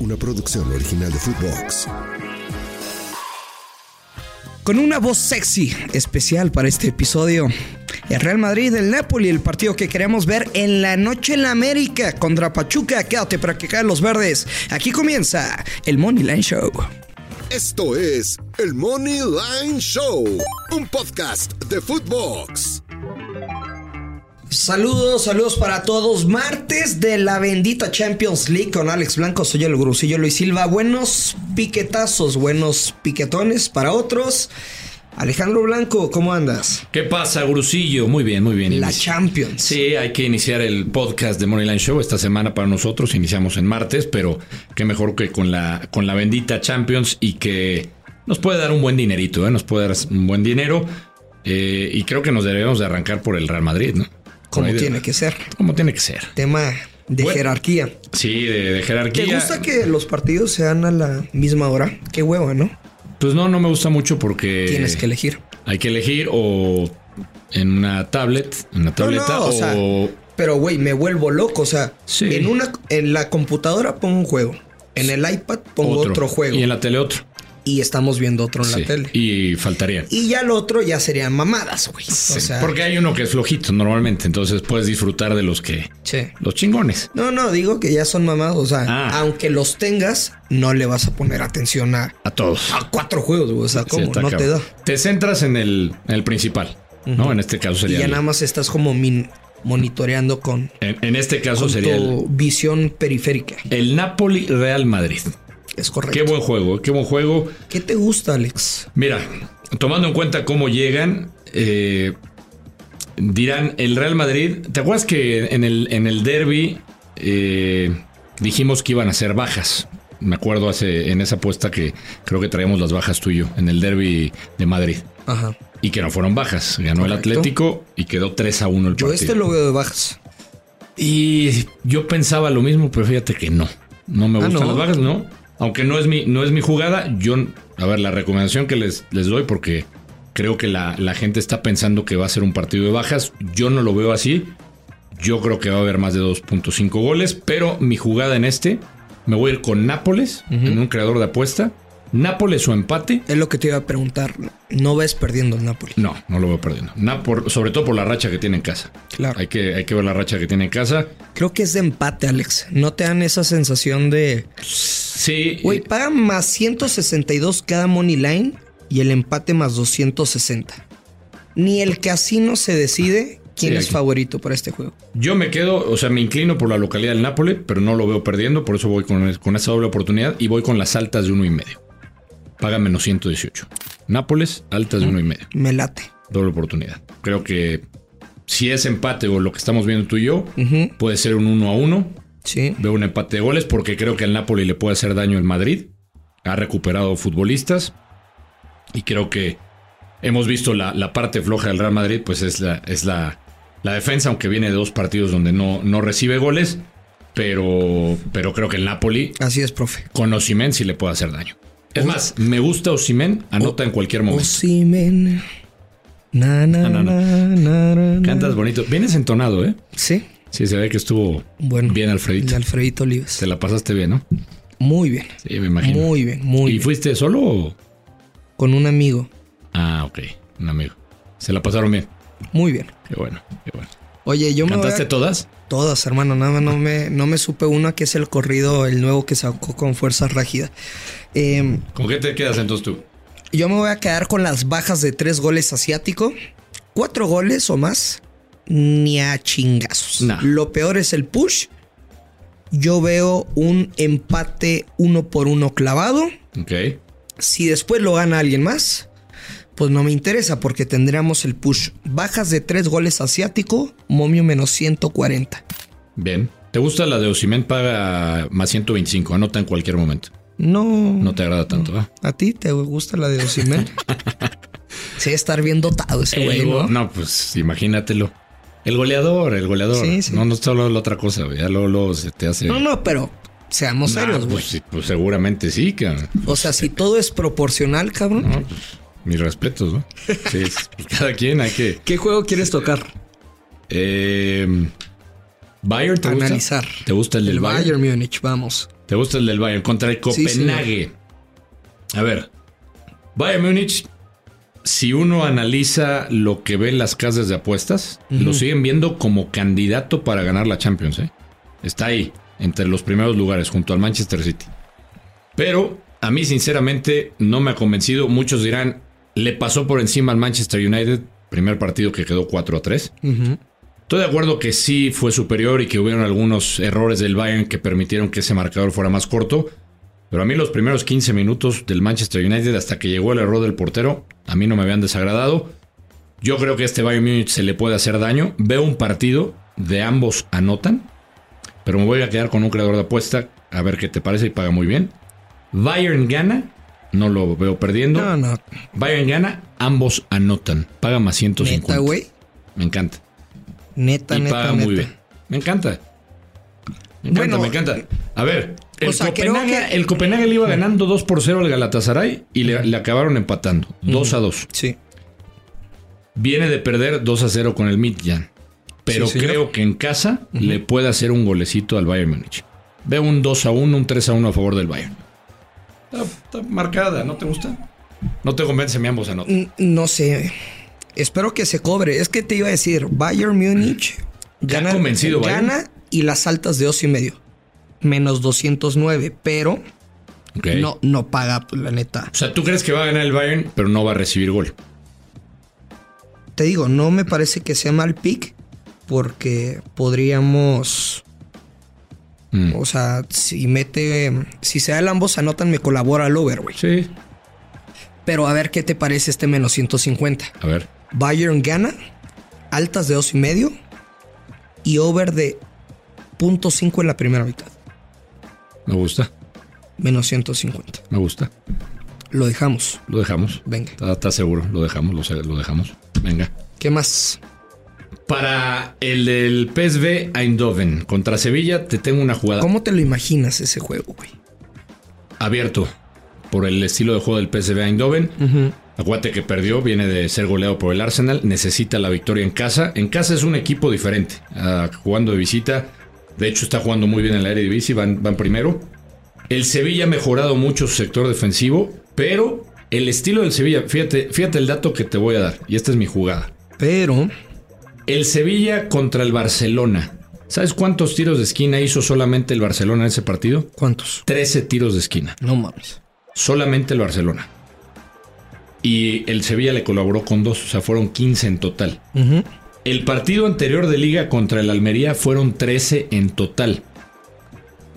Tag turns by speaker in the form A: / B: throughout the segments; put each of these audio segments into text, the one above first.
A: una producción original de Footbox.
B: Con una voz sexy especial para este episodio. El Real Madrid, el Napoli, el partido que queremos ver en la noche en la América contra Pachuca. Quédate para que caen los verdes. Aquí comienza el Money Line Show.
A: Esto es el Money Line Show, un podcast de Footbox.
B: Saludos, saludos para todos. Martes de la bendita Champions League con Alex Blanco, soy el grusillo Luis Silva. Buenos piquetazos, buenos piquetones para otros. Alejandro Blanco, ¿cómo andas?
C: ¿Qué pasa, Grusillo? Muy bien, muy bien.
B: La
C: Inici-
B: Champions.
C: Sí, hay que iniciar el podcast de Moneyline Show esta semana para nosotros. Iniciamos en martes, pero qué mejor que con la, con la bendita Champions y que nos puede dar un buen dinerito, ¿eh? nos puede dar un buen dinero. Eh, y creo que nos debemos de arrancar por el Real Madrid, ¿no? Por
B: Como
C: ahí de-
B: tiene que ser.
C: Como tiene que ser.
B: Tema de
C: Bueno.
B: jerarquía.
C: Sí, de, de jerarquía.
B: ¿Te gusta que los partidos sean a la misma hora? Qué hueva, ¿no?
C: Pues no, no me gusta mucho porque...
B: Tienes que elegir.
C: Hay que elegir o en una tablet, en una tableta
B: no, o
C: o...
B: sea, Pero, güey, me vuelvo loco. O sea,
C: Sí.
B: en, una, en la computadora pongo un juego. En el iPad pongo otro, juego.
C: Y
B: Y,
C: en la tele otro.
B: estamos viendo otro en
C: Sí,
B: la tele. Y,
C: Y faltaría.
B: ya el otro ya serían mamadas, güey.
C: Sí,
B: o sea,
C: porque hay uno que es flojito normalmente, entonces puedes disfrutar de los que
B: sí.
C: los chingones.
B: No, no, digo que ya son mamadas. O sea,
C: Ah.
B: aunque los tengas, no le vas a poner atención a,
C: A todos.
B: a cuatro juegos, güey. O sea,
C: Sí,
B: Ah, ¿cómo?
C: está
B: no te da.
C: cabrón. Te centras en el, en el principal, ¿no? En este caso
B: Y
C: sería.
B: ya
C: el-
B: nada más estás como min- monitoreando con,
C: en, en este caso
B: con
C: sería el,
B: tu visión periférica.
C: el Napoli Real Madrid.
B: Es correcto.
C: Qué buen juego, qué buen juego.
B: ¿Qué te gusta, Alex?
C: Mira, tomando en cuenta cómo llegan, eh, dirán el Real Madrid. ¿Te acuerdas que en el, en el derby eh, dijimos que iban a ser bajas? Me acuerdo hace en esa apuesta que creo que traíamos las bajas tú y yo en el derby de Madrid
B: Ajá.
C: y que no fueron bajas. Ganó el
B: Correcto.
C: Atlético y quedó 3 a 1 el
B: Yo
C: partido.
B: este lo veo de bajas.
C: Y yo pensaba lo mismo, pero fíjate que no. No me
B: Ah,
C: gustan
B: ¿no?
C: las bajas, no. Aunque no es mi, no es mi jugada, yo, a ver, la recomendación que les, les doy, porque creo que la, la gente está pensando que va a ser un partido de bajas, yo no lo veo así. Yo creo que va a haber más de 2.5 goles, pero mi jugada en este, me voy a ir con Nápoles, en un creador de apuesta. Nápoles o empate,
B: Es lo que te iba a preguntar. No ves perdiendo el Napoli.
C: no, no lo veo perdiendo. Na- por- sobre todo por la racha que tiene en casa.
B: Claro.
C: Hay que, hay que ver la racha que tiene en casa.
B: Creo que es de empate, Alex. No te dan esa sensación de.
C: Sí. eh,
B: Güey, pagan más 162 cada money line y el empate más 260. Ni el casino se decide quién
C: Sí,
B: es
C: aquí.
B: favorito para este juego.
C: Yo me quedo, o sea, me inclino por la localidad del Nápoles, pero no lo veo perdiendo, por eso voy con, con esa doble oportunidad y voy con las altas de uno y medio. Paga menos 118. Nápoles, altas de uno y medio.
B: Me late.
C: Doble oportunidad. Creo que si es empate o lo que estamos viendo tú y yo,
B: Ujú.
C: puede ser un 1 a 1.
B: Sí.
C: Veo un empate de goles porque creo que al Nápoles le puede hacer daño el Madrid. Ha recuperado futbolistas y creo que hemos visto la, la parte floja del Real Madrid, pues es la, es la, la defensa, aunque viene de dos partidos donde no, no recibe goles, pero, pero creo que el Napoli
B: Así es, profe.
C: con Osimén sí le puede hacer daño. Es más, me gusta Osimén, anota en cualquier momento.
B: Osimen. Na, na,
C: No, no, no.
B: na, na, na, na.
C: Cantas bonito, vienes entonado, ¿eh?
B: Sí.
C: Sí, se ve que estuvo
B: Bueno.
C: bien,
B: El de
C: Alfredito.
B: Alfredito Olives.
C: Te la pasaste bien, ¿no?
B: Muy bien.
C: Sí, me imagino.
B: Muy bien, muy
C: ¿Y
B: bien.
C: fuiste solo o...?
B: Con un amigo.
C: Ah, ok. Un amigo. Se la pasaron bien.
B: Muy bien.
C: Qué bueno, qué bueno.
B: Oye, yo me voy a-
C: ¿Cantaste todas?
B: todas, hermano. Nada más no me, no me supe una que es el corrido, el nuevo que sacó con fuerza rágida. Eh,
C: ¿Con qué te quedas entonces tú?
B: yo me voy a quedar con las bajas de tres goles asiático. Cuatro goles o más, ni a chingazos.
C: No.
B: Lo peor es el push. Yo veo un empate uno por uno clavado.
C: Ok.
B: Si después lo gana alguien más, pues no me interesa porque tendríamos el push. Bajas de tres goles asiático, momio menos 140.
C: Bien. ¿Te gusta la de Osimén paga más 125? Anota en cualquier momento.
B: No.
C: No te agrada tanto, ¿va?
B: ¿A ti te gusta la de Osimhen? sí, estar bien dotado ese güey, ¿no?
C: Eh, no, pues imagínatelo. El goleador, el goleador.
B: Sí, sí.
C: No, no está hablando de la otra cosa, güey. ya luego, luego se te hace.
B: No, no, pero
C: Nah,
B: seamos serios, güey.
C: pues, sí, pues seguramente sí, cabrón.
B: o sea, si todo es proporcional, cabrón.
C: No, pues, mis respetos, ¿no? Sí, es- pues, cada quien hay que.
B: ¿Qué juego quieres tocar?
C: Eh, Bayern te gusta?
B: Analizar.
C: ¿Te gusta el del
B: El
C: Bayern?
B: Bayern Múnich, vamos.
C: ¿Te gusta el del Bayern? Contra el Copenhague. A ver, Bayern Múnich, si uno analiza lo que ven las casas de apuestas, lo siguen viendo como candidato para ganar la Champions. ¿eh? Está ahí, entre los primeros lugares, junto al Manchester City. Pero a mí, sinceramente, no me ha convencido. Muchos dirán, le pasó por encima al Manchester United, primer partido que quedó 4 a 3. Estoy de acuerdo que sí fue superior y que hubieron algunos errores del Bayern que permitieron que ese marcador fuera más corto. Pero a mí los primeros 15 minutos del Manchester United hasta que llegó el error del portero, a mí no me habían desagradado. Yo creo que a este Bayern Múnich se le puede hacer daño. Veo un partido de ambos anotan, pero me voy a quedar con un creador de apuesta a ver qué te parece y paga muy bien. Bayern gana, no lo veo perdiendo.
B: No, no.
C: Bayern gana, ambos anotan, paga más 150.
B: Neta, güey.
C: Me encanta
B: Neta,
C: y
B: neta,
C: paga
B: neta.
C: muy bien. Me encanta. Me encanta,
B: Bueno,
C: me encanta. A ver, el,
B: o sea, creo
C: Copenhague,
B: que-
C: el Copenhague le iba ganando 2 por 0 al Galatasaray y le, le acabaron empatando. 2 a 2.
B: Sí.
C: Viene de perder 2 a 0 con el Midtjan. Pero
B: Sí, señor.
C: creo que en casa le puede hacer un golecito al Bayern Múnich. Veo un 2 a 1, un 3 a 1 a favor del Bayern. Está, está marcada, ¿no te gusta? No te convence, mi ambos anotan.
B: N- No sé. Espero que se cobre. Es que te iba a decir, Bayern Múnich gana,
C: convencido, Bayern?
B: gana y las altas de dos y medio. Menos 209, pero
C: Ok.
B: no, no paga, pues, la neta.
C: O sea, tú crees que va a ganar el Bayern, pero no va a recibir gol.
B: Te digo, no me parece que sea mal pick porque podríamos,
C: Mm.
B: o sea, si mete, si sea el ambos anotan, me colabora el over, güey.
C: Sí.
B: Pero a ver qué te parece este menos 150.
C: A ver.
B: Bayern gana, altas de dos y medio y over de 0.5 en la primera mitad,
C: Me gusta,
B: menos 150.
C: me gusta.
B: Lo dejamos.
C: Lo dejamos.
B: Venga.
C: Está, está seguro, lo dejamos, lo, se- lo dejamos. Venga.
B: ¿Qué más?
C: Para el del PSV Eindhoven contra Sevilla, te tengo una jugada
B: ¿Cómo te lo imaginas ese juego, güey?
C: abierto por el estilo de juego del PSV Eindhoven.
B: Mm.
C: Acuérdate que perdió, viene de ser goleado por el Arsenal, necesita la victoria en casa. En casa es un equipo diferente, ah, jugando de visita. De hecho, está jugando muy bien en la Eredivisie, van, van primero. El Sevilla ha mejorado mucho su sector defensivo, pero el estilo del Sevilla, fíjate, fíjate el dato que te voy a dar, y esta es mi jugada.
B: Pero
C: El Sevilla contra el Barcelona. ¿Sabes cuántos tiros de esquina hizo solamente el Barcelona en ese partido?
B: ¿cuántos?
C: 13 tiros de esquina.
B: No mames.
C: Solamente el Barcelona. Y el Sevilla le colaboró con dos, o sea, fueron 15 en total.
B: Ujú.
C: El partido anterior de liga contra el Almería fueron 13 en total.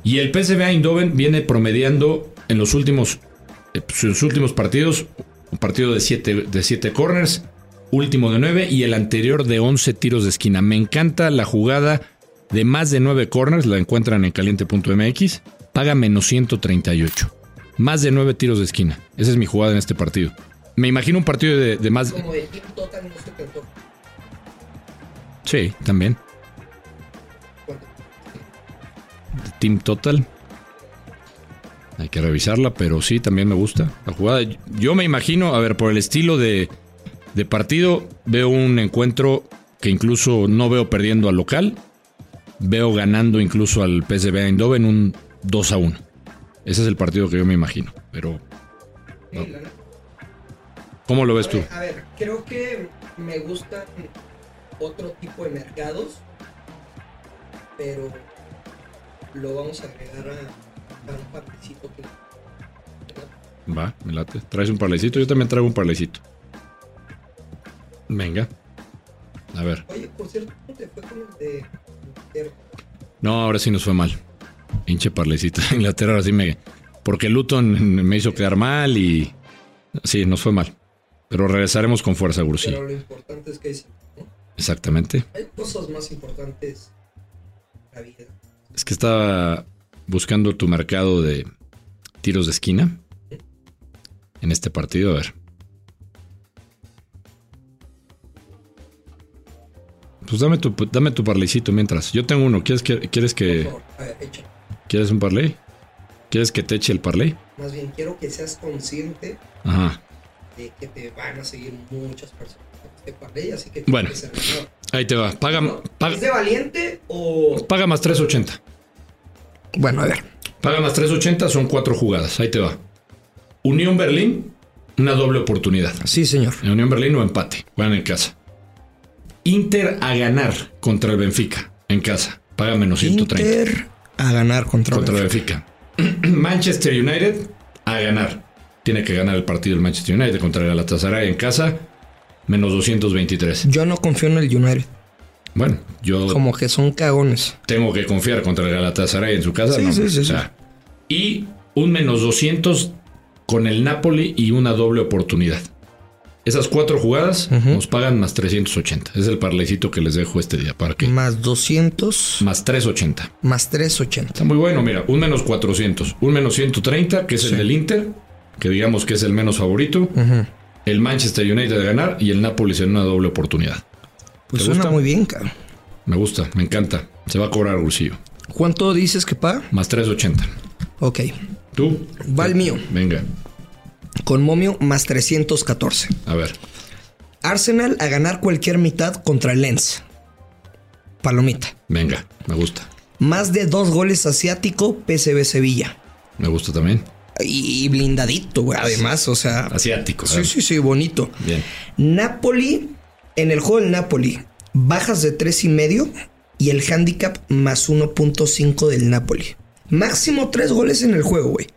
C: Y el PSV Eindhoven viene promediando en los últimos eh, sus últimos partidos, un partido de 7 de siete corners, último de 9 y el anterior de 11 tiros de esquina. Me encanta la jugada de más de 9 corners, la encuentran en caliente.mx, paga menos 138. Más de 9 tiros de esquina. Esa es mi jugada en este partido. Me imagino un partido de, de más...
B: de tip total no se cantó.
C: Sí, también. De Team Total. Hay que revisarla, pero sí, también me gusta la jugada. Yo me imagino, a ver, por el estilo de, de partido, veo un encuentro que incluso no veo perdiendo al local. Veo ganando incluso al PSV Eindhoven un 2 a 1. Ese es el partido que yo me imagino, pero... no. ¿Cómo lo ves Pues tú?
B: A ver, creo que me gustan otro tipo de mercados, pero lo vamos a agregar a, un partecito que
C: Va, me late. ¿Traes un parlecito? Yo también traigo un parlecito. Venga. A ver.
B: Oye, por cierto, ¿cómo te fue con el de Inglaterra?
C: No, ahora sí nos fue mal. Pinche parlecito de Inglaterra, ahora sí me... Porque Luton me hizo quedar mal y... Sí, nos fue mal. Pero regresaremos con fuerza, Gursi.
B: Pero lo importante es que dicen, ¿no?
C: Exactamente.
B: hay cosas más importantes en la vida.
C: Es que estaba buscando tu mercado de tiros de esquina en este partido. A ver. Pues dame tu, dame tu parleycito mientras. Yo tengo uno. ¿Quieres que, quieres
B: Por
C: que
B: favor, a ver, echa.
C: quieres un parley? ¿Quieres que te eche el parley?
B: Más bien, quiero que seas consciente
C: Ajá.
B: de que te van a seguir muchas personas con este parlay, así que
C: Bueno.
B: tienes que ser mejor.
C: Ahí te va. Paga,
B: ¿Es
C: paga,
B: de valiente o...?
C: paga más 3.80.
B: Bueno, a ver.
C: Paga más 3.80, son cuatro jugadas. Ahí te va. Unión Berlín, una doble oportunidad.
B: Sí, señor.
C: En Unión Berlín o empate. Juegan en casa. Inter a ganar contra el Benfica en casa. Paga menos 130
B: Inter a ganar contra,
C: contra el
B: Benfica.
C: Benfica. Manchester United a ganar. Tiene que ganar el partido el Manchester United contra el Galatasaray en casa. Menos 223.
B: Yo no confío en el United.
C: Bueno, yo
B: Como que son cagones.
C: tengo que confiar contra el Galatasaray en su casa.
B: Sí,
C: no,
B: sí, sí,
C: o sea, Y un menos 200 con el Napoli y una doble oportunidad. Esas cuatro jugadas nos pagan más 380. Es el parlecito que les dejo este día. ¿Para qué?
B: Más 200,
C: Más 380.
B: más 380.
C: Está muy bueno, mira, un menos 400, un menos 130, que es el del Inter, que digamos que es el menos favorito, el Manchester United a ganar y el Nápoles en una doble oportunidad.
B: Pues
C: ¿Te
B: suena
C: gusta?
B: muy bien, cabrón.
C: Me gusta, me encanta. Se va a cobrar bolsillo.
B: ¿Cuánto dices que paga?
C: Más 380.
B: Ok.
C: ¿Tú?
B: Va el mío.
C: Venga,
B: Con momio más 314.
C: a ver.
B: Arsenal a ganar cualquier mitad contra el Lens. Palomita.
C: Venga, me gusta.
B: Más de dos goles asiático, PSV Sevilla.
C: Me gusta también.
B: Y y blindadito, güey. Además, o sea.
C: Asiático.
B: Sí, sí, sí, bonito.
C: Bien.
B: Napoli, en el juego del Napoli, bajas de tres y medio y el handicap más 1.5 del Napoli. Máximo tres goles en el juego, güey.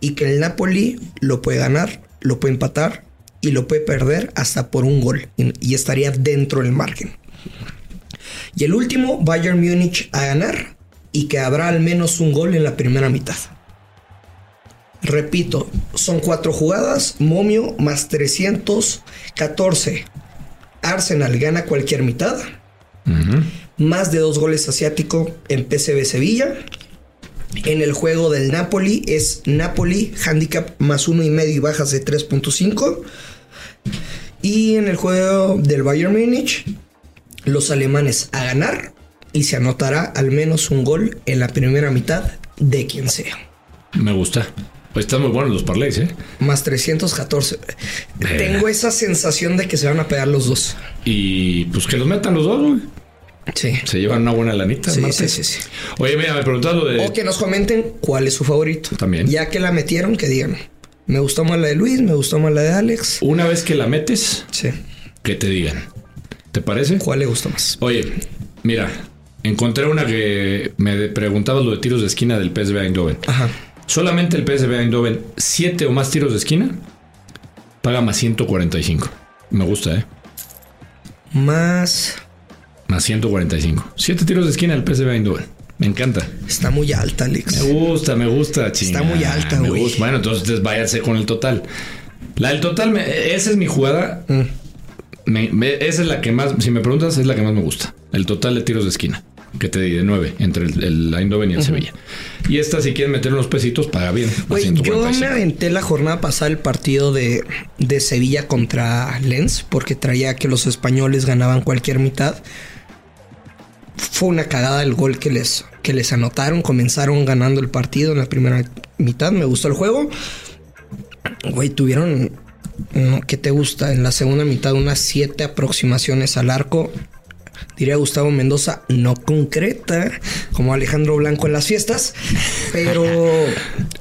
B: Y que el Napoli lo puede ganar, lo puede empatar y lo puede perder hasta por un gol. Y y estaría dentro del margen. Y el último, Bayern Múnich a ganar y que habrá al menos un gol en la primera mitad. Repito, son cuatro jugadas, Momio más 314. Arsenal gana cualquier mitad. Más de dos goles asiático en PCB Sevilla. En el juego del Napoli es Napoli, handicap más uno y medio y bajas de 3.5. Y en el juego del Bayern Múnich, los alemanes a ganar y se anotará al menos un gol en la primera mitad de quien sea.
C: Me gusta. Pues están muy buenos los parlays, ¿eh?
B: Más 314. Tengo esa sensación de que se van a pegar los dos.
C: Y pues que los metan los dos, güey.
B: Sí.
C: Se llevan una buena lanita.
B: Sí,
C: Marte.
B: sí, sí, sí.
C: Oye, mira, me preguntas lo de...
B: O que nos comenten cuál es su favorito.
C: También.
B: Ya que la metieron, que digan. Me gustó más la de Luis, me gustó más la de Alex.
C: Una vez que la metes,
B: Sí.
C: que te digan. ¿Te parece?
B: ¿Cuál le gustó más?
C: Oye, mira, encontré una que me de- preguntaba lo de tiros de esquina del PSV Eindhoven.
B: Ajá.
C: Solamente el PSV Eindhoven, 7 o más tiros de esquina, paga más 145. Me gusta, ¿eh?
B: Más.
C: Más 145. 7 tiros de esquina del PSV Eindhoven. Me encanta.
B: Está muy alta, Alex.
C: Me gusta, me gusta, chinga.
B: muy alta,
C: Me
B: güey.
C: gusta. Bueno, entonces váyase con el total. La del total, me- esa es mi jugada.
B: Mm.
C: Me- me- esa es la que más, si me preguntas, es la que más me gusta. El total de tiros de esquina. Que te di de 9 entre el, el Eindhoven y el Sevilla. Y esta, si quieren meter unos pesitos, paga bien. más
B: Güey, yo
C: 145.
B: me aventé la jornada pasada el partido de, de Sevilla contra Lens porque traía que los españoles ganaban cualquier mitad. Fue una cagada el gol que les, que les anotaron. Comenzaron ganando el partido en la primera mitad. Me gustó el juego. Güey, tuvieron, no, ¿qué te gusta? En la segunda mitad unas siete aproximaciones al arco. Diría Gustavo Mendoza, no concreta, como Alejandro Blanco en las fiestas, pero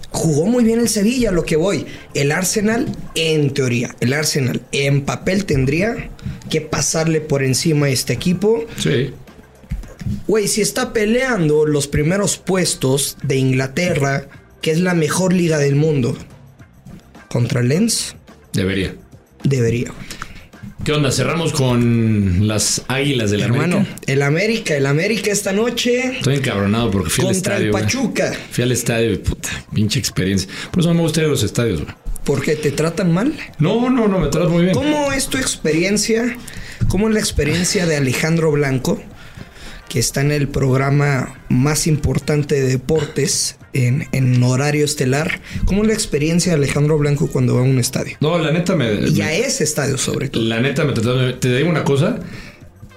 B: jugó muy bien el Sevilla, lo que voy. El Arsenal, en teoría, el Arsenal en papel tendría que pasarle por encima a este equipo.
C: Sí.
B: Güey, si está peleando los primeros puestos de Inglaterra, que es la mejor liga del mundo, contra Lens,
C: Debería.
B: debería.
C: ¿Qué onda? Cerramos con las águilas del
B: Hermano,
C: América.
B: el América, el América esta noche
C: Estoy encabronado porque fui al
B: contra
C: estadio.
B: el
C: güey.
B: Pachuca.
C: Fui al estadio y puta, pinche experiencia. Por eso no me gusta ir a los estadios, güey.
B: Porque te tratan mal.
C: No, no, no, me tratas muy bien.
B: ¿Cómo es tu experiencia? ¿Cómo es la experiencia de Alejandro Blanco, que está en el programa más importante de deportes en, en horario estelar? ¿Cómo es la experiencia de Alejandro Blanco cuando va a un estadio?
C: No, la neta me.
B: Y a
C: me-
B: ese estadio sobre todo.
C: La neta me trataron- Te digo una cosa.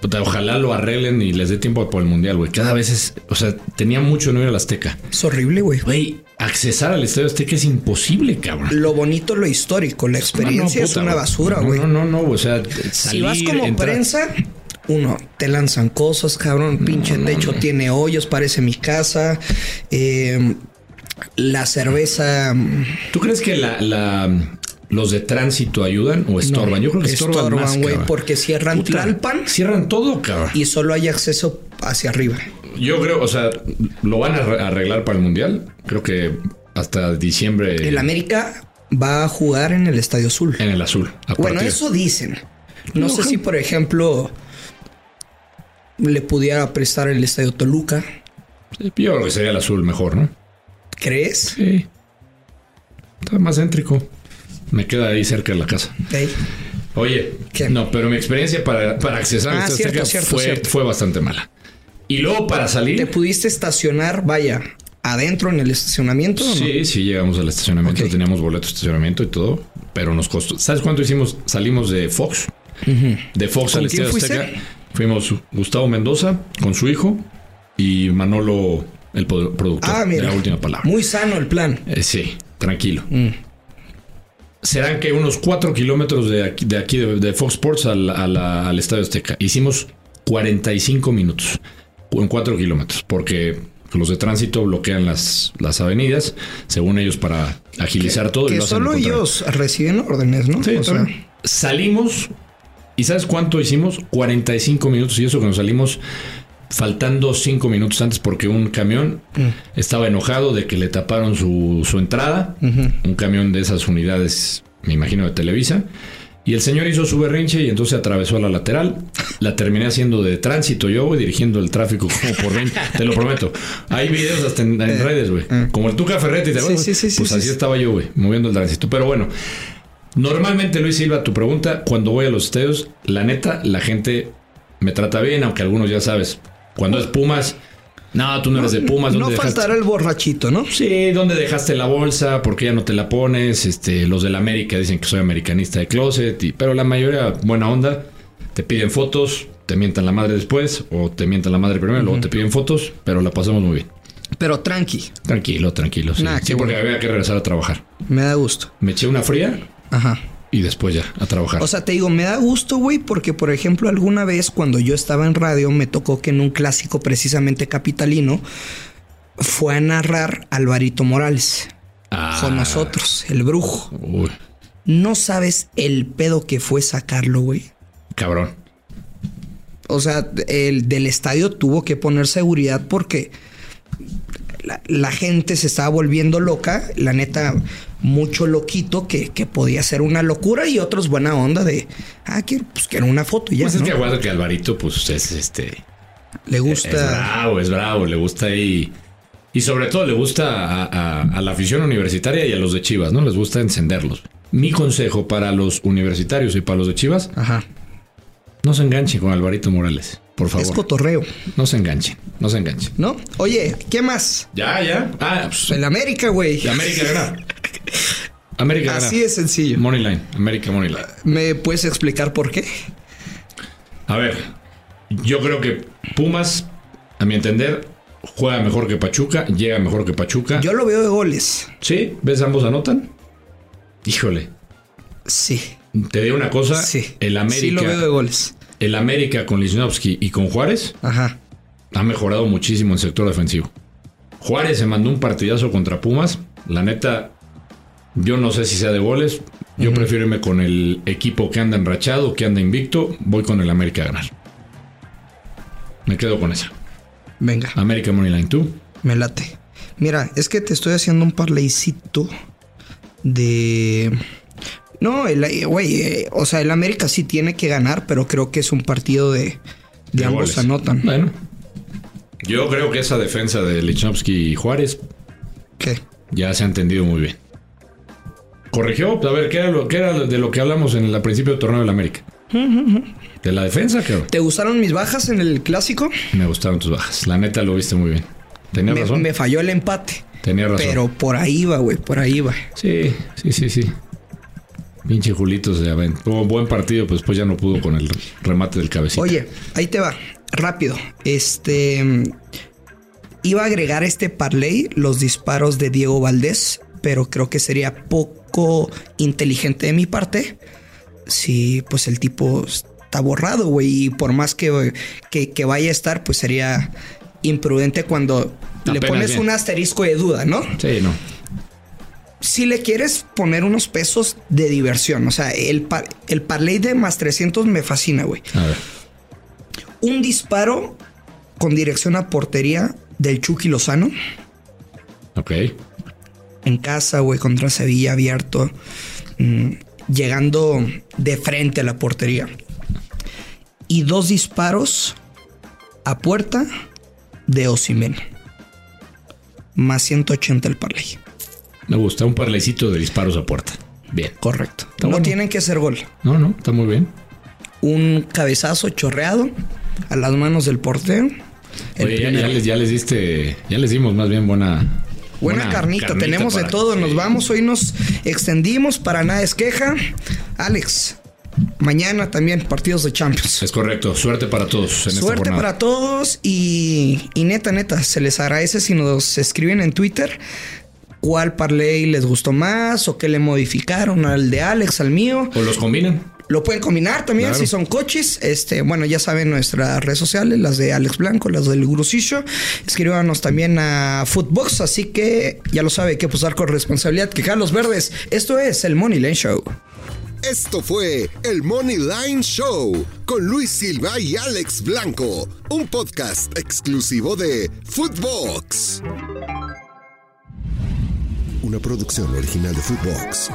C: puta, ojalá lo arreglen y les dé tiempo por el mundial, güey. Cada vez es. O sea, tenía mucho no ir al Azteca.
B: Es horrible, güey.
C: Güey, accesar al estadio Azteca es imposible, cabrón.
B: Lo bonito es lo histórico. La experiencia
C: No,
B: es
C: puta,
B: una
C: güey.
B: basura,
C: No,
B: güey.
C: No, no, no, güey, O sea,
B: Si
C: salir,
B: vas como
C: entrar-
B: prensa, uno, te lanzan cosas, cabrón, pinche techo tiene hoyos, parece mi casa. eh, La cerveza. mm,
C: ¿Tú crees que la, la- los de tránsito ayudan o estorban? Yo creo que estorban, más,
B: güey,
C: cabrón.
B: porque cierran
C: Puta,
B: Tlalpan
C: Cierran todo, cabrón.
B: y solo hay acceso hacia arriba.
C: Yo creo, o sea, lo van a arre- arreglar para el mundial. Creo que hasta diciembre
B: El América va a jugar en el Estadio Azul.
C: Eh. en el azul. a
B: Bueno,
C: partir.
B: eso dicen. No,
C: No,
B: sé
C: creo-
B: si, por ejemplo, le pudiera prestar el Estadio Toluca.
C: Yo creo que sería el azul mejor, ¿no?
B: ¿Crees?
C: Sí. Está más céntrico. Me queda ahí cerca de la casa.
B: Ey,
C: Oye,
B: ¿Qué?
C: no, pero mi experiencia para, para accesar
B: Ah,
C: a esta
B: cierto,
C: Azteca
B: cierto,
C: fue,
B: cierto.
C: fue bastante mala. Y luego para
B: ¿Te
C: salir.
B: pudiste estacionar, vaya, adentro en el estacionamiento? o no?
C: Sí, sí, llegamos al estacionamiento,
B: Ok.
C: teníamos boleto de estacionamiento y todo, pero nos costó. ¿Sabes cuánto hicimos? Salimos de Fox. De Fox
B: ¿Con
C: al
B: quién
C: Estadio
B: fuiste?
C: Azteca. Fuimos Gustavo Mendoza con su hijo y Manolo, el pod- productor
B: Ah,
C: de
B: mira.
C: la última palabra.
B: Muy sano el plan.
C: Eh, sí, tranquilo. Serán que unos 4 kilómetros de aquí de, aquí de, de Fox Sports al, a la- al Estadio Azteca. Hicimos 45 minutos en 4 kilómetros, porque los de tránsito bloquean las, las avenidas, según ellos, para agilizar todo. y
B: que
C: lo hacen
B: solo
C: al contrario.
B: ellos reciben órdenes, ¿no?
C: Sí,
B: O sea,
C: también. Salimos, ¿y sabes cuánto hicimos? 45 minutos, y eso que nos salimos faltando 5 minutos antes porque un camión estaba enojado de que le taparon su, su entrada, un camión de esas unidades, me imagino, de Televisa. Y el señor hizo su berrinche y entonces atravesó a la lateral. La terminé haciendo de tránsito yo, güey, dirigiendo el tráfico como por mí. Te lo prometo. Hay videos hasta en, en redes, güey. Como el Tuca Ferretti, ¿te acuerdas?
B: Eh, sí, sí, sí,
C: Pues
B: sí,
C: así
B: sí.
C: estaba yo, güey, moviendo el tránsito. Pero bueno, Normalmente, Luis Silva, tu pregunta, cuando voy a los estadios, la neta, la gente me trata bien, aunque algunos ya sabes. Cuando es Pumas, no, tú no eres de Pumas.
B: no
C: ¿dónde dejaste?
B: faltará el borrachito, ¿no?
C: Sí, ¿dónde dejaste la bolsa? ¿Por qué ya no te la pones? Este, los del América dicen que soy americanista de closet, y- pero la mayoría, buena onda, te piden fotos, te mientan la madre después, o te mientan la madre primero, luego te piden fotos, pero la pasamos muy bien.
B: Pero tranqui,
C: Tranquilo, tranquilo. Sí,
B: Nah,
C: Sí,
B: qué
C: porque
B: bueno.
C: había que regresar a trabajar.
B: me da gusto.
C: Me eché una fría
B: Ajá.
C: y después ya a trabajar.
B: O sea, te digo, me da gusto, güey, porque por ejemplo, alguna vez cuando yo estaba en radio, me tocó que en un clásico precisamente capitalino fue a narrar Alvarito Morales
C: Ah.
B: con nosotros, el brujo.
C: Uy,
B: No sabes el pedo que fue sacarlo, güey.
C: cabrón.
B: pues O sea, el del estadio tuvo que poner seguridad porque la, la gente se estaba volviendo loca. La neta, mucho loquito que, que podía ser una locura y otros buena onda de, ah, quiero, pues quiero una foto y ya.
C: Pues es
B: ¿no?
C: que aguardo que Alvarito, pues es este.
B: Le
C: Es
B: gusta.
C: bravo, es bravo, le gusta ahí. Y sobre todo le gusta a, a- a la afición universitaria y a los de Chivas, ¿no? Les gusta encenderlos. Mi consejo para los universitarios y para los de Chivas,
B: Ajá.
C: no se enganchen con Alvarito Morales, por
B: Es
C: favor.
B: cotorreo,
C: No se enganchen, no se enganchen.
B: ¿no? Oye, ¿qué más?
C: Ya, ya. Ah, pues,
B: El América, güey.
C: y América gana. América gana.
B: Así de sencillo.
C: Money line, América Money line.
B: ¿Me puedes explicar por qué?
C: A ver, yo creo que Pumas, a mi entender, juega mejor que Pachuca, llega mejor que Pachuca.
B: Yo lo veo de goles.
C: ¿Sí? ¿Ves ambos anotan? Híjole,
B: Sí.
C: te digo una cosa.
B: Sí.
C: Ah, El América,
B: Sí lo veo de goles.
C: el América con Lichnowsky y con Juárez
B: Ajá.
C: ha mejorado muchísimo en sector defensivo. Juárez se mandó un partidazo contra Pumas. La neta, yo no sé si sea de goles. Yo prefiero irme con el equipo que anda enrachado, que anda invicto. Voy con el América a ganar. Me quedo con esa.
B: Venga.
C: América Moneyline, ¿tú?
B: Me late. Mira, es que te estoy haciendo un parleycito de. No, el, eh, güey, eh, o sea, el América sí tiene que ganar, pero creo que es un partido de, de ambos
C: goles.
B: anotan.
C: Bueno. Yo creo que esa defensa de Lichnowsky y Juárez
B: ¿Qué?
C: ya se ha entendido muy bien. Corrigió, a ver, ¿qué era, lo, qué era de lo que hablamos en el principio del torneo del América? De la defensa, creo.
B: ¿Te gustaron mis bajas en el clásico?
C: Me gustaron tus bajas. La neta lo viste muy bien. Tenía
B: Me,
C: razón.
B: me falló el empate.
C: Tenía razón.
B: Pero por ahí va, güey, por ahí va.
C: Sí, sí, sí, sí. Pinche Julito se aventó. Tuvo un buen partido, pues después ya no pudo con el remate del cabecito.
B: Oye, ahí te va, rápido. Este. mm, Iba a agregar a este parlay los disparos de Diego Valdés, pero creo que sería poco inteligente de mi parte si, pues, el tipo está borrado, güey. Y por más que, que, que vaya a estar, pues sería imprudente cuando le
C: Apenas
B: pones
C: bien.
B: un asterisco de duda, ¿no?
C: Sí, no.
B: Si le quieres poner unos pesos de diversión, o sea, el, par- el parlay de más 300 me fascina, güey.
C: A ver.
B: Un disparo con dirección a portería del Chucky Lozano
C: Ok.
B: en casa, güey, contra Sevilla abierto, mm, llegando de frente a la portería. Y dos disparos a puerta de Osimhen. Más 180 el parlay.
C: Me gusta un parlecito de disparos a puerta. Bien.
B: Correcto.
C: Está
B: no
C: bueno.
B: tienen que hacer gol.
C: No, no, está muy bien.
B: Un cabezazo chorreado a las manos del portero. El
C: Oye, ya,
B: primero.
C: ya les, ya les diste, ya les dimos más bien buena.
B: Buena, carnita, tenemos de
C: para-
B: todo. Nos
C: Sí.
B: vamos, hoy nos extendimos, para nada es queja. Alex, mañana también partidos de Champions.
C: Es correcto. Suerte para todos en esta
B: Suerte
C: jornada.
B: para todos y, y neta, neta, se les agradece si nos escriben en Twitter cuál parlay les gustó más o qué le modificaron al de Alex, al mío.
C: O los combinan.
B: Lo pueden combinar también
C: Claro.
B: si son coches. Este, bueno, ya saben nuestras redes sociales, las de Alex Blanco, las del Gurusillo. Escríbanos también a Footbox, así que ya lo sabe, hay que posar con responsabilidad que Carlos Verdes. Esto es el Money Line Show.
A: Esto fue el Money Line Show con Luis Silva y Alex Blanco, un podcast exclusivo de Footbox. Una producción original de Footbox.